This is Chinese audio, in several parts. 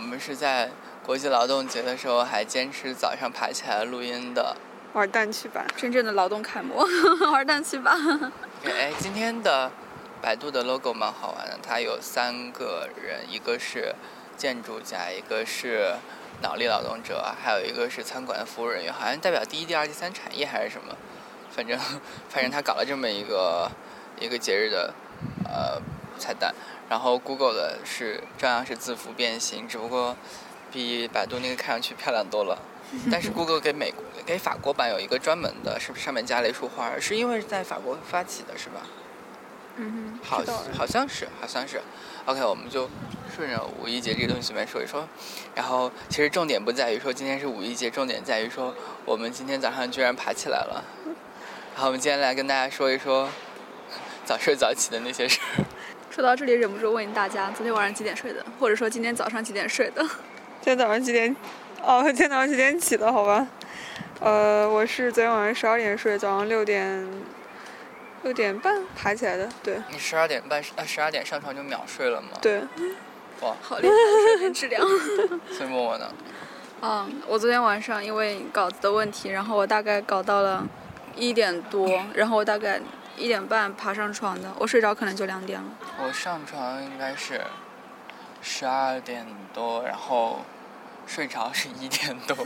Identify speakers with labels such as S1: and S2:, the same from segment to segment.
S1: 们是在国际劳动节的时候还坚持早上爬起来录音的。
S2: 玩蛋去吧！
S3: 真正的劳动楷模， 玩蛋去吧！
S1: 哎，今天的百度的 logo 蛮好玩的，它有三个人，一个是建筑家，一个是脑力劳动者，还有一个是餐馆的服务人员，好像代表第一、第二、第三产业还是什么。反正 反正他搞了这么一个呃一个节日的呃彩蛋，然后 Google 的是照样是字符变形，只不过比百度那个看上去漂亮多了。但是 Google 给美国给法国版有一个专门的，是不是上面加了一束花？是因为在法国发起的是吧？
S3: 嗯哼，
S1: 好
S2: 知道了，
S1: 好像是，好像是。OK，我们就顺着五一节这个东西随便说一说。然后，其实重点不在于说今天是五一节，重点在于说我们今天早上居然爬起来了。然后我们今天来跟大家说一说早睡早起的那些事儿。
S3: 说到这里，忍不住问大家，昨天晚上几点睡的？或者说今天早上几点睡的？
S2: 今天早上几点？哦， 今天早上几点起的？好吧。呃，我是昨天晚上十二点睡，早上六点六点半爬起来的。对
S1: 你十二点半呃十二点上床就秒睡了吗？。
S2: 对，
S1: 哇，
S3: 好厉害，睡眠质 量。
S1: 所以默默呢？
S3: 嗯，我昨天晚上因为稿子的问题，然后我大概搞到了一点多，然后我大概一点半爬上床的，我睡着可能就两点了。
S1: 我上床应该是十二点多，然后睡着 是一点多。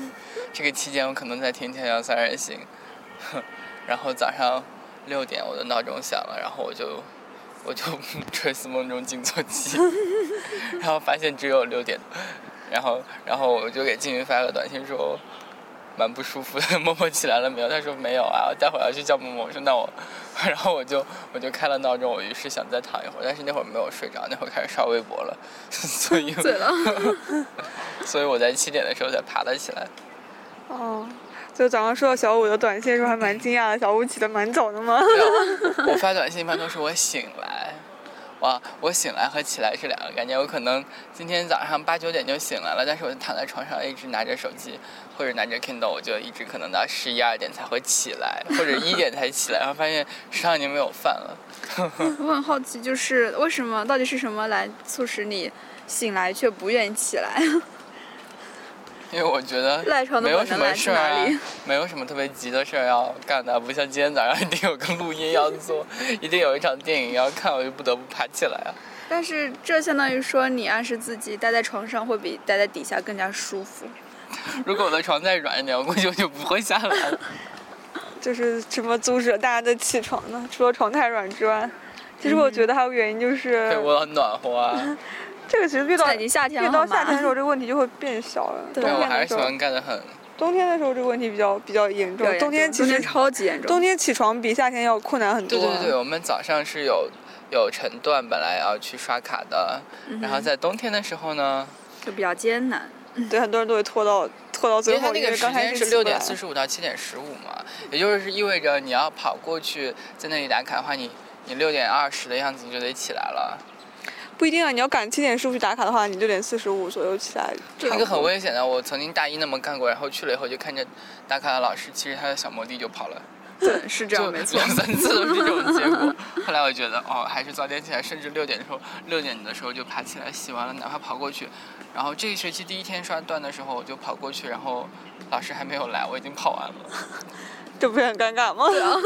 S1: 这个期间我可能在听《天桥三人行》， 然后早上六点我的闹钟响了，然后我就我就 垂死梦中惊坐起， 然后发现只有六点，然后然后我就给静云发个短信说。蛮不舒服的，默 默起来了没有？他说没有啊，我待会儿要去叫默默。我说那我， 然后我就我就开了闹钟，我于是想再躺一会儿，但是那会儿没有睡着，那会儿开始刷微博了， 所以
S3: 醉了，
S1: 所以我在七点的时候才爬了起来。
S2: 哦，就早上收到小五的短信的时候还蛮惊讶的，小五起得蛮早的嘛。
S1: 没有，我发短信一般都是我醒来，哇，我醒来和起来是两个概念。我可能今天早上八九点就醒来了，但是我就躺在床上一直拿着手机或者拿着 Kindle，我就一直可能到十一二点才会起来，或者一点才起来，然后发现食堂已经没有饭了。
S3: 我很好奇，就是为什么，到底是什么来促使你醒来却不愿意起来？
S1: 因为我觉得
S3: 赖床的
S1: 没有
S3: 本
S1: 什
S3: 能
S1: 么
S3: 来自
S1: 事儿、啊
S3: 哪里，
S1: 没有什么特别急的事儿要干的，不像今天早上一 定有个录音要做，一定有一场电影要看，我就不得不爬起来啊。
S3: 但是这相当于说你暗示自己待在床上会比待在底下更加舒服。
S1: 如果我的床再软一点，我估计我就不会下来 了。
S2: 就是什么阻止大家的起床呢？除了床太软之外，其实我觉得还有个原因就是，
S1: 被窝暖和啊，
S2: 这个其实越到
S3: 现在已经夏天了
S2: 越到
S3: 好吗
S2: 夏天的时候，这个问题就会变小了。
S3: 对
S2: 冬
S1: 对我
S2: 天
S1: 还
S2: 的
S1: 是
S2: 时
S1: 喜
S2: 候，
S1: 欢干得很。
S2: 冬天的时候这个问题比较比较严重
S3: 对，。
S2: 冬天其
S3: 冬
S2: 实
S3: 天超级严重。
S2: 冬天起床比夏天要困难很多。
S1: 对对对，我们早上是有有晨段，本来要去刷卡的，
S3: 嗯哼
S1: 然后在冬天的时候呢，
S3: 就比较艰难。
S2: 对，很多人都会拖到拖到
S1: 因
S2: 最
S1: 为它
S2: 后，
S1: 那
S2: 因
S1: 个
S2: 为
S1: 时
S2: 刚开
S1: 间
S2: 始
S1: 是
S2: 起
S1: 六
S2: 不来
S1: 点四十五到七点十五嘛，也就是意味着你要跑过去在那里打卡的话，你你六点二十的样子你就得起来了。
S2: 不一定啊。你要赶七点十五去打卡的话，你六点四十五左右起来。
S3: 这
S1: 那个很危险的，我曾经大一那么干过，然后去了以后就看着打卡的老师骑着他的小摩的就跑了，
S3: 对，嗯是这
S1: 就
S3: 样，没错
S1: 两。三次都是这种结 果。后来我觉得哦，还是早点起来，甚至六点的时候，六点的时候就爬起来洗完了，哪怕跑过去。然后这一学期第一天刷段的时候，我就跑过去，然后老师还没有来，我已经跑完了，
S2: 这不是很尴尬吗？
S3: 啊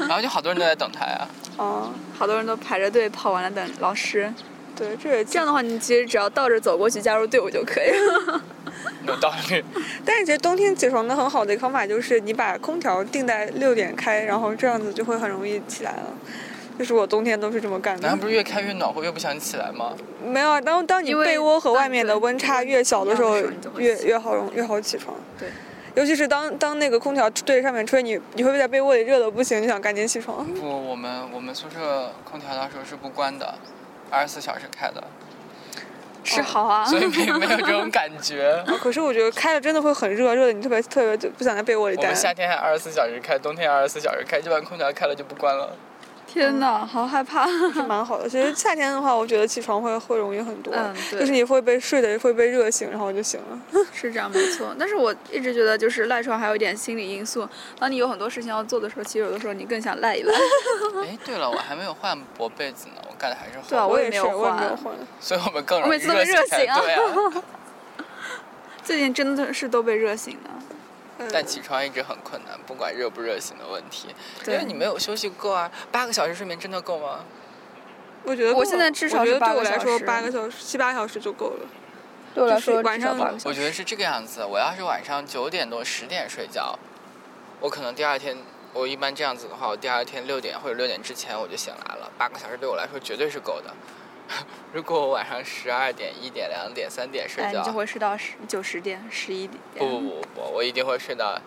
S1: 然后就好多人都在等他呀。
S2: 啊，
S3: 好多人都排着队跑完了等老师。
S2: 对，这也
S3: 这样的话，你其实只要倒着走过去加入队伍就可以了。
S1: 有道理，
S2: 但是其实冬天起床的很好的一个方法就是你把空调定在六点开，然后这样子就会很容易起来了。就是我冬天都是这么干
S1: 难道不
S2: 的。
S1: 是越开越暖和，越不想起来吗？
S2: 没有，啊当当你
S3: 因为
S2: 被窝和
S3: 当
S2: 外面的
S3: 对
S2: 温差越小的时候
S3: 一样的时候你就，会
S2: 越
S3: 起
S2: 越好容越好起床。
S3: 对，
S2: 尤其是当当那个空调对着上面吹，你你会在被窝里热的不行，就想赶紧起床。
S1: 不，我们我们宿舍空调到时候是不关的，二十四小时开的。
S3: 是好啊。
S1: 所以没没有这种感 觉。
S2: 可是我觉得开了真的会很热，热的你特别特别就不想在被窝里
S1: 我
S2: 待
S1: 们。夏天还二十四小时开，冬天二十四小时开，就把空调开了就不关 了。
S3: 天哪，好害怕。
S2: 是蛮好的。其实夏天的话，我觉得起床会会容易很多，
S3: 嗯对
S2: 就是你会被睡的会被热醒，然后就醒了。
S3: 是这样，没错。但是我一直觉得，就是赖床还有一点心理因素。当你有很多事情要做的时候，其实有的时候你更想赖一赖。
S1: 哎，对了，我还没有换薄被子呢，我盖的还是厚。
S3: 对啊我也
S2: 也
S3: 没
S2: 是，
S3: 有
S2: 我也没有
S3: 换
S2: 换。
S1: 所以我们更容易
S3: 我每次都
S1: 热醒
S3: 会 热
S1: 开。
S3: 醒啊
S1: 对啊，
S3: 最近真的是都被热醒了。
S2: 嗯
S1: 但起床一直很困难，不管热不热醒的问题，因
S3: 对
S1: 为你没有休息够啊。八个小时睡眠真的够吗？
S2: 我觉得够
S3: 我现在
S2: 了
S3: 至
S2: 我
S3: 少
S2: 觉
S3: 是
S2: 得
S3: 八
S2: 对我
S3: 个
S2: 来
S3: 小
S2: 说
S3: 时
S2: 八个小时七八个小时就够了。
S3: 对我来
S2: 就是
S3: 说，
S2: 晚上
S3: 八个小
S1: 我
S3: 时。
S1: 觉得是这个样子的。我要是晚上九点多十点睡觉，我可能第二天我一般这样子的话，我第二天六点或者六点之前我就醒来了，八个小时对我来说绝对是够的。 如果我晚上十二点、一点、两点、三点睡
S3: 哎，
S1: 觉，
S3: 你就会睡到十九十点、十一点。
S1: 不不不不，我一定会睡到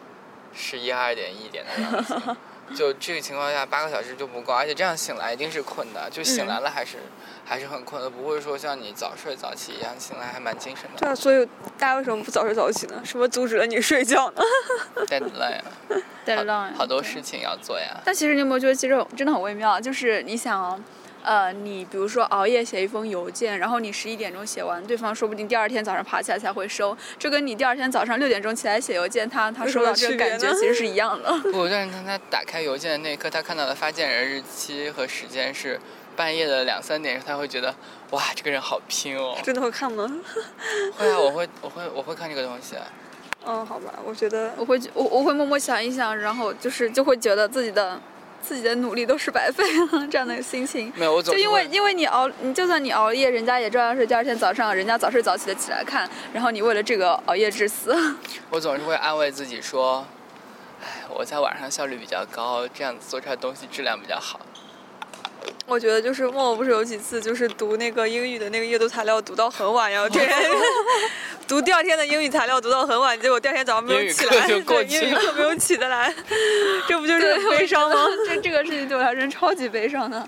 S1: 十一二点一点的样子。 就这个情况下，八个小时就不够，而且这样醒来一定是困的，就
S3: 嗯
S1: 醒来了还是、还是很困的，不会说像你早睡早起一样，醒来还蛮精神
S2: 对
S1: 的。
S2: 啊，所以大家为什么不早睡早起呢？什么阻止了你睡觉呢？
S1: deadline，啊
S3: 对
S1: 好好多
S3: 对
S1: 事情要做 呀。
S3: 但其实你有没有觉得，其实真的很微妙？就是你想哦，呃，你比如说熬夜写一封邮件，然后你十一点钟写完，对方说不定第二天早上爬起来才会收，这跟你第二天早上六点钟起来写邮件，他他
S2: 有什
S3: 收
S2: 么
S3: 到这
S2: 区
S3: 个
S2: 别
S3: 感觉
S2: 呢
S3: 其实是一样的。
S1: 不，但是当他打开邮件的那一刻，他看到的发件人日期和时间是半夜的两三点，他会觉得哇，这个人好拼 哦。
S2: 真的会看吗？
S1: 会啊，我会，我会，我会看这个东西。啊
S2: 嗯，好吧，我觉得
S3: 我会觉我我会默默想一想，然后就是就会觉得自己的自己的努力都是白费了这样的心情。
S1: 没有，我总
S3: 就是因为
S1: 会
S3: 因为你熬，你就算你熬夜，人家也照样是第二天早上，人家早睡早起的起来看，然后你为了这个熬夜致死。
S1: 我总是会安慰自己说，哎，我在晚上效率比较高，这样子做出来的东西质量比较好。
S2: 我觉得就是默默不是有几次就是读那个英语的那个阅读材料读到很晚，然后这 人读第二天的英语材料读到很晚，结果第二天早上没有起
S1: 英语
S2: 来，
S1: 课就过
S2: 对，
S1: 去了
S2: 英语课没有起得来， 这不就是很悲伤吗？
S3: 这这个事 情对我来说超级悲伤的。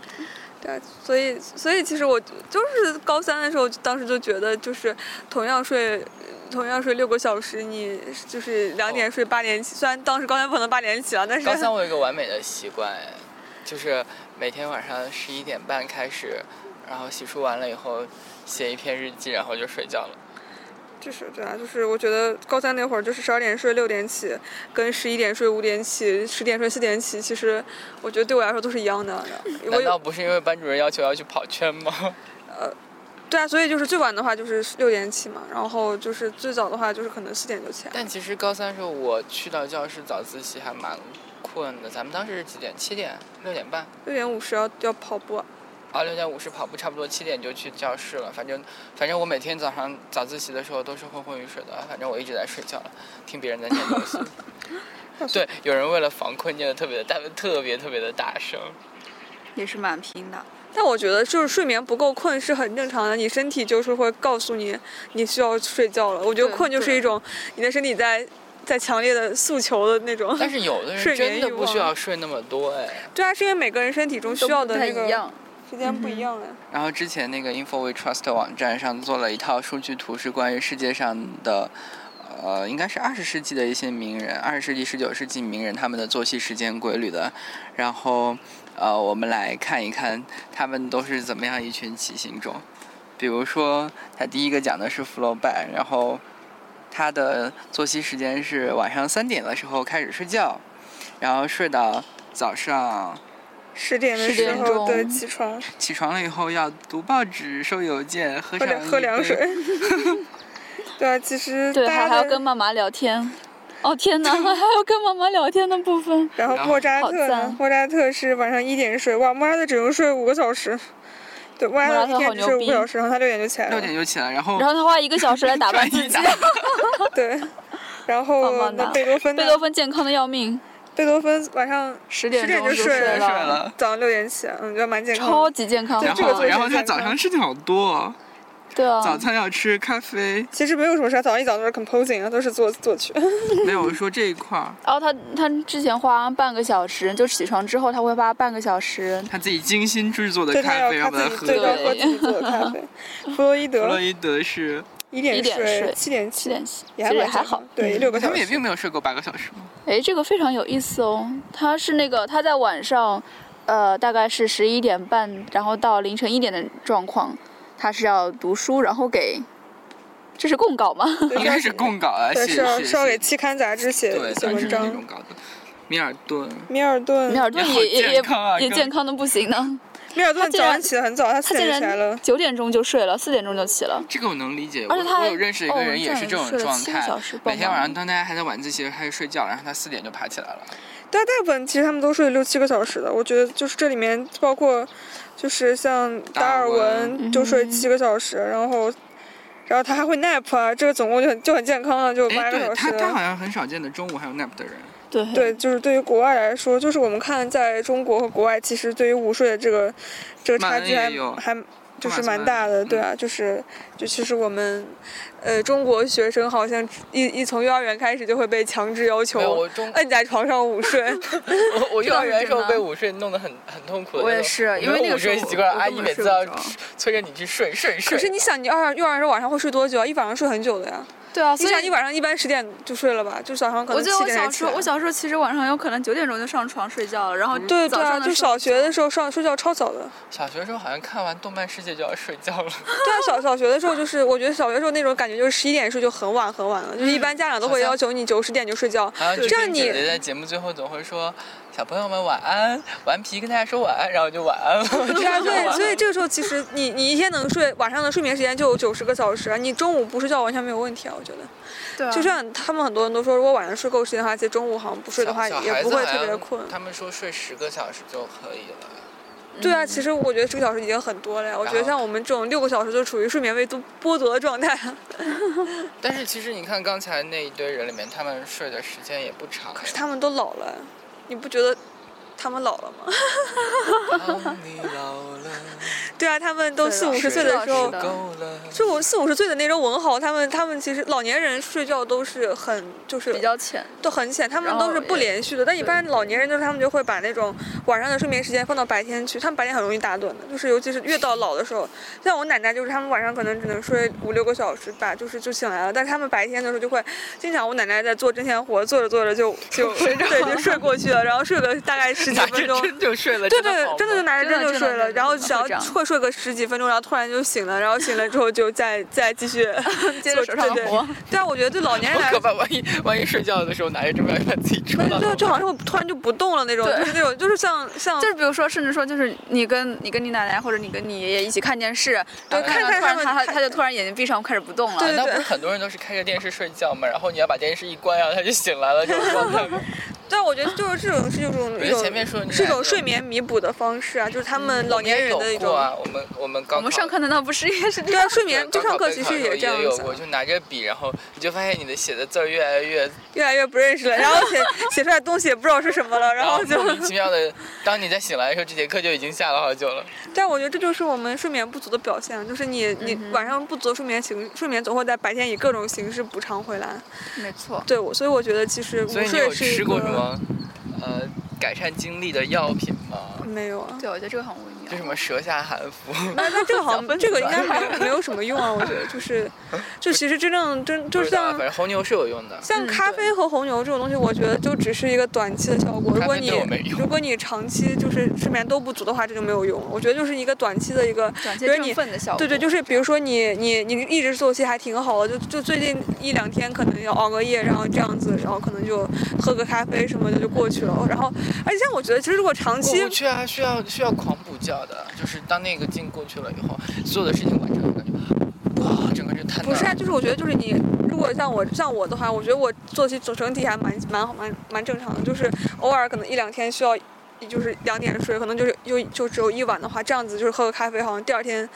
S2: 对，所以所以其实我就是高三的时候，当时就觉得就是同样睡。同样睡六个小时，你就是两点睡八点起。虽然当时高三不能八点起啊，但是
S1: 哦高三我有一个完美的习惯，哎就是每天晚上十一点半开始，然后洗漱完了以后写一篇日记，然后就睡觉了。
S2: 就是对啊，就是我觉得高三那会儿就是十二点睡六点起，跟十一点睡五点起，十点睡四点起，其实我觉得对我来说都是一样 的。我
S1: 难道
S2: 有
S1: 不是因为班主任要求要去跑圈吗？
S2: 对啊，所以就是最晚的话就是六点起嘛，然后就是最早的话就是可能四点就起来了。
S1: 但其实高三时候我去到教室早自习还蛮困的，咱们当时是几点？七点？六点半？
S2: 六点五十要要跑步啊，
S1: 啊，六点五十跑步，差不多七点就去教室了。反正反正我每天早上早自习的时候都是昏昏欲睡的，啊反正我一直在睡觉了，听别人在念东西。 对，有人为了防困念的特别的大，特别特别的大 声。
S3: 也是蛮拼的。
S2: 但我觉得就是睡眠不够困是很正常的，你身体就是会告诉你你需要睡觉了。我觉得
S3: 对
S2: 困就是
S3: 对
S2: 一种你的身体在在强烈的诉求的那种。
S1: 但是有的人
S2: 睡
S1: 真
S2: 眠
S1: 的
S2: 欲
S1: 不需
S2: 望
S1: 要睡那么多哎。
S2: 对啊，是因为每个人身体中需要的那
S3: 都不太
S2: 个
S3: 一样。嗯
S2: 时间不一样哎。
S1: 然后之前那个 Info We Trust 网站上做了一套数据图，是关于世界上的。呃，应该是二十世纪的一些名人，二十世纪、十九世纪名人他们的作息时间规律的。然后，呃，我们来看一看他们都是怎么样一群骑行种。比如说，他第一个讲的是福楼拜，然后他的作息时间是晚上三点的时候开始睡觉，然后睡到早上
S2: 十点的
S1: 10
S2: 时
S1: 点
S2: 候对
S1: 钟
S2: 起床，
S1: 起床了以后要读报纸、收邮件、喝
S2: 喝
S1: 上
S2: 点
S1: 一
S2: 喝凉
S1: 杯
S2: 水。 对啊，其实
S3: 对，
S2: 大
S3: 还
S2: 家
S3: 还要
S2: 的
S3: 跟妈妈聊天。哦天 哪，还要跟妈妈聊天的部分。
S2: 然后
S1: 然后
S2: 莫扎
S3: 好
S2: 特呢
S3: 赞？
S2: 莫扎特是晚上一点睡，哇，莫扎特只能睡五个小时。对，莫扎特
S3: 莫扎
S2: 一
S3: 特
S2: 天
S3: 好
S2: 只
S3: 牛
S2: 睡五
S3: 逼
S2: 个小时，然后他六点就起来
S1: 六
S2: 了。
S1: 点就起来，然后
S3: 然后他花一个小时来打扮
S1: 自
S3: 自
S1: 己
S3: 己。
S1: 打
S2: 对，然
S3: 棒
S2: 后
S3: 棒
S2: 那
S3: 的
S2: 贝多芬呢
S3: 贝？多芬健康的要命，
S2: 贝多芬晚上
S3: 十点
S2: 10点
S3: 钟
S2: 就睡
S3: 睡
S1: 睡
S3: 了，
S1: 了。
S2: 早上六点起，嗯，觉得蛮健康的。
S3: 超级健康。
S2: 对
S1: 然
S2: 这个
S1: 后，
S2: 作息
S1: 然后他
S2: 健康
S1: 早上吃的好多、哦，
S3: 对啊，
S1: 早餐要吃咖啡。
S2: 其实没有什么事儿，早上一早都是 composing 啊，都是作作曲。
S1: 没有说这一块儿，
S3: 然后他他之前花半个小时，就起床之后他会花半个小时。
S1: 他自己精心制作的
S2: 对，他
S1: 咖
S2: 要
S1: 啡
S2: 他
S1: 要把它
S2: 自己
S1: 喝
S2: 对
S3: 要
S2: 要
S1: 掉。
S2: 喝自己做的咖啡。弗洛伊
S1: 弗洛
S2: 德
S1: 伊德是，
S2: 一
S3: 一
S2: 点
S3: 点
S2: 睡，
S3: 睡
S2: 七点起
S3: 七点起，
S2: 也
S3: 其实也
S2: 蛮
S3: 还
S2: 健康
S3: 好。
S2: 对，
S3: 嗯
S2: 六个
S1: 他
S2: 小
S1: 们也
S2: 时。
S1: 并没有睡够八个小时嘛。
S3: 哎，这个非常有意思哦。它是那个，它在晚上，呃，大概是十一点半，然后到凌晨一点的状况，他是要读书，然后给，这是供稿吗？
S2: 嗯
S1: 应该是供稿啊，
S2: 对，
S1: 写
S2: 是要
S1: 写
S2: 是要给
S1: 写，
S2: 期刊杂志写
S1: 对，短
S2: 写
S1: 视
S2: 文
S1: 频那
S2: 章
S1: 种。稿的。米尔顿，
S2: 米尔顿
S3: 米，尔顿
S1: 也好
S3: 也也也
S1: 健康啊
S3: 也
S1: 跟
S3: 健康的不行呢。
S2: 米尔顿
S3: 他竟
S2: 早
S3: 然
S2: 上起得很早，他四
S3: 他竟
S2: 点就起来
S3: 然
S2: 了。
S3: 九点钟就睡了，四点钟就起了。
S1: 这个我能理解，
S3: 而且他
S1: 我
S3: 还
S1: 我有认识一个
S3: 哦
S1: 人也是这种
S3: 这样
S1: 状
S3: 睡了7
S1: 态
S3: 个小时，
S1: 每天
S3: 棒棒
S1: 晚上当大家还在晚自习的时候，他就睡觉，然后他四点就爬起来了。
S2: 但大部分其实他们都睡六七个小时的，我觉得就是这里面包括，就是像达
S1: 达尔
S2: 尔文
S1: 文
S2: 就睡
S3: 嗯
S2: 七个小时，然后，然后他还会 nap 啊，这个总共就很就很健康了，就八
S1: 哎，
S2: 个
S1: 对
S2: 小
S1: 他
S2: 时。
S1: 他好像很少见的中午还有 nap 的人。
S3: 对
S2: 对，就是对于国外来说，就是我们看在中国和国外，其实对于午睡的这个这个
S1: 马
S2: 差
S1: 恩
S2: 距还
S1: 也有
S2: 还就是
S1: 马斯
S2: 蛮
S1: 曼
S2: 大的，
S1: 嗯
S2: 对啊，就是就其实我们，呃，中国学生好像一一从幼儿园开始就会被强制要
S1: 没有，
S2: 求
S1: 我中
S2: 摁在床上 午睡，
S1: 我我幼儿园的时候
S2: 啊
S3: 这倒是真的
S1: 被午睡弄得很很痛苦的那种。
S3: 我也是
S1: 们
S3: 因为那个
S1: 午睡
S3: 时候
S1: 习惯了
S3: 我
S1: 阿
S3: 根
S1: 姨
S3: 本
S1: 每次
S3: 睡不
S1: 要
S3: 着
S1: 催着你去睡睡睡。
S2: 可是你想，你幼儿幼儿园晚上会睡多久啊？一晚上睡很久的呀。
S3: 对啊，
S2: 你
S3: 所以
S2: 想，你晚上一般十点就睡了吧？就早上可
S3: 我
S2: 能
S3: 记得
S2: 七
S3: 我
S2: 点
S3: 小
S2: 才
S3: 时
S2: 起
S3: 候，
S2: 来。
S3: 我小时候其实晚上有可能九点钟就上床睡觉了，然后
S2: 对对
S3: 早上
S2: 啊，
S3: 的
S2: 就
S3: 时候
S2: 小学的时候上睡觉超早的。
S1: 小学的时候好像看完《动漫世界》就要睡觉 了，
S2: 对啊，小小学的时候就是，我觉得小学时候那种感觉就是十一点睡就很晚很晚了，就是一般家长
S1: 嗯
S2: 都
S1: 好
S2: 会
S1: 像
S2: 要求你九十点就睡觉。
S1: 好像就
S2: 这样
S1: 跟
S2: 你
S1: 姐姐在节目最后总会说小朋友们晚安，顽皮跟大家说晚安，然后就晚 安了。
S2: 对啊，对，所以这个时候其实你你一天能睡晚上的睡眠时间就有九十个小时啊，你中午不睡觉完全没有问题啊，我觉得。
S3: 对啊
S2: 就像他们很多人都说，如果晚上睡够时间的话，其实中午好像不睡的话
S1: 小
S2: 也不会特别困。
S1: 他们说睡十个小时就可以了。
S2: 对啊，其实我觉得十个小时已经很多了呀。我觉得
S1: 嗯然后
S2: 像我们这种六个小时就处于睡眠被剥剥夺的状态。啊
S1: 但是其实你看刚才那一堆人里面，他们睡的时间也不长。
S2: 可是他们都老了，你不觉得他们老了吗？
S1: 当你老了，
S2: 对啊，他们都
S3: 对
S2: 四
S3: 老
S2: 五十
S1: 睡
S2: 岁
S1: 得
S2: 的时候
S3: 是，的
S1: 够了。
S2: 就我四五十岁的那种文豪，他们他们其实老年人睡觉都是很就是
S3: 比较浅。
S2: 都很浅，他们
S3: 然后
S2: 都是不
S3: 也
S2: 连续的。但一般老年人就是他们就会把那种晚上的睡眠时间放到白天去，他们白天很容易打盹的，就是尤其是越到老的时候，像我奶奶就是他们晚上可能只能睡五六个小时吧，就是就醒来了。但是他们白天的时候就会经常，我奶奶在做针线活，做着做着就 就对就睡过去了，然后睡个大概十几
S1: 拿
S2: 分
S1: 着
S2: 钟。
S1: 针就睡了，
S2: 对
S1: 真的
S2: 对
S1: 好，
S2: 真的
S1: 吗
S2: 就拿着针
S3: 真的
S2: 就
S3: 真的
S2: 睡了，
S3: 真的
S2: 然后
S3: 真的
S2: 只要
S3: 会这样
S2: 会睡个十几分钟，然后突然就醒了，然后醒了之后就再再继 续
S3: 接着手上
S2: 对对
S3: 活，
S2: 对啊，我觉得对老年人来
S1: 好
S2: 说
S1: 可，怕！万一万一睡觉的时候拿着针不小心把自己戳到
S2: 就
S1: 了，
S2: 就好像会突然就不动了那种，
S3: 对
S2: 就是那种，就 是像像
S3: 就是比如说，甚至说，就是你跟你跟你奶奶或者你跟你爷爷一起看电视，
S1: 对
S3: 然后
S2: 看
S3: 看着突
S2: 看
S3: 然
S2: 他们
S3: 他
S2: 看
S3: 他就突然眼睛闭上开始不动了。
S2: 对
S1: 难道不是很多人都是开着电视睡觉吗？然后你要把电视一关，然后他就嗯醒来了， 这种状态吗。
S2: 对，我觉得就是这种是一种
S1: 觉得
S2: 一种
S1: 前面说的那
S2: 是一
S1: 两
S2: 种
S1: 个
S2: 睡眠弥补的方式啊，就是他们
S1: 我
S2: 老
S1: 们
S2: 年
S1: 也
S2: 人的一
S1: 有
S2: 种
S1: 过。嗯啊，我们我们高
S3: 我们上课难道不是也是这
S2: 对
S3: 样
S2: 啊，？睡 眠就上课其实
S1: 也
S2: 这样
S1: 有
S2: 子啊
S1: 过，，就拿着笔，然后你就发现你的写的字儿越来越，
S2: 越来越不认识了，然后写 写出来的东西也不知道是什么 了，然后就
S1: 莫。名其妙的，当你在醒来的时候，这节课就已经下了好久了。
S2: 但我觉得这就是我们睡眠不足的表现，啊就是你你
S3: 嗯哼
S2: 晚上不足的睡眠形睡眠总会在白天以各种形式补偿回来。
S3: 没错，
S2: 对，我所以我觉得其实午
S1: 所以你有
S2: 睡是一
S1: 吃过
S2: 个
S1: 什么呃改善精力的药品吗？
S2: 没有啊。
S3: 对，我觉得这个很微
S1: 就
S3: 妙
S1: 什。么舌下含服，
S2: 那那这个好
S3: 小分
S2: 像
S3: 子
S2: 这个应该没有没有什么用啊，我觉 得就是，就其实真正真就
S1: 不知道啊
S2: 像
S1: 反正红牛是有用的。
S2: 像
S3: 嗯
S2: 咖啡和红牛这种东西，我觉得就只是一个短期的效果。如
S1: 咖
S2: 果
S1: 啡
S2: 你
S1: 对我没用
S2: 如果你长期就是睡眠都不足的话，这就没有用了。我觉得就是一个短期的一个
S3: 短
S2: 比
S3: 期
S2: 如
S3: 振
S2: 你
S3: 奋的效果。
S2: 对对，就是比如说你你你一直作息还挺好的，就就最近一两天可能要熬个夜，然后这样子，然后可能就喝个咖啡什么的就过去了。然后，而且像我觉得，其实如果长
S1: 过
S2: 期
S1: 不去啊，需要需要狂补觉的，就是当那个劲过去了以后，所有的事情完成了，感觉哇，整个就瘫
S2: 不是
S1: 那
S2: 啊，
S1: 儿
S2: 就是我觉得就是你，如果像我像我的话，我觉得我作息总整体还蛮蛮好蛮蛮正常的，就是偶尔可能一两天需要，就是两点睡，可能就是就就只有一晚的话，这样子就是喝个咖啡，好像第二天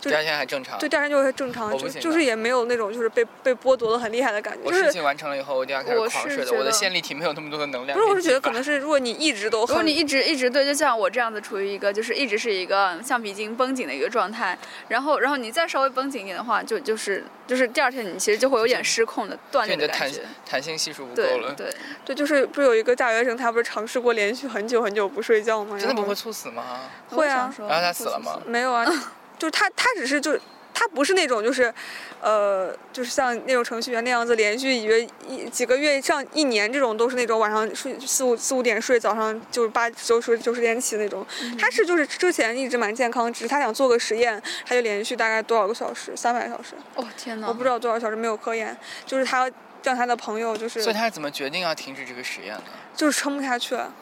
S2: 就
S1: 第二天还正常。
S2: 对第二天就会正常，
S1: 啊我
S2: 就
S1: 不行
S2: 就是
S1: 的
S2: 也没有那种就是被被剥夺的很厉害的感觉，
S1: 我
S2: 就
S1: 事
S2: 是
S1: 情完成了以后，我一定要开始
S3: 我
S1: 狂
S3: 是
S1: 睡的。
S3: 觉
S1: 我的
S3: 得
S1: 线粒体没有那么多的能量。
S2: 不是我是觉得可能是如果你一直都
S3: 如果
S2: 很
S3: 你一直一直对，就像我这样子处于一个就是一直是一个橡皮筋绷紧的一个状态，然后然后你再稍微绷紧一点的话，就就是就是第二天你其实就会有点失控的断
S1: 就你
S3: 裂
S1: 的
S3: 感
S1: 弹
S3: 觉。
S1: 弹性系数不够
S3: 对
S1: 了，
S3: 对，
S2: 对，就是不是有一个大学生他不是尝试过连续很久很久不睡觉吗？
S1: 真的
S2: 然
S1: 不
S2: 后
S1: 会猝死吗？
S2: 会啊
S3: 我想说
S1: 然后他死了吗？
S2: 没有啊， 就是他他只是就是。他不是那种，就是，呃，就是像那种程序员那样子，连续以为一几个月上一年这种，都是那种晚上睡四五四五点睡，早上就是八九十九十点起那种。
S3: 嗯
S2: 他是就是之前一直蛮健康，只是他想做个实验，他就连续大概多少个小时，三百小时，
S3: 哦天哪！
S2: 我不知道多少小时没有科研，就是他让他的朋友就是
S1: 所以他是怎么决定要停止这个实验的？
S2: 就是撑不下去了。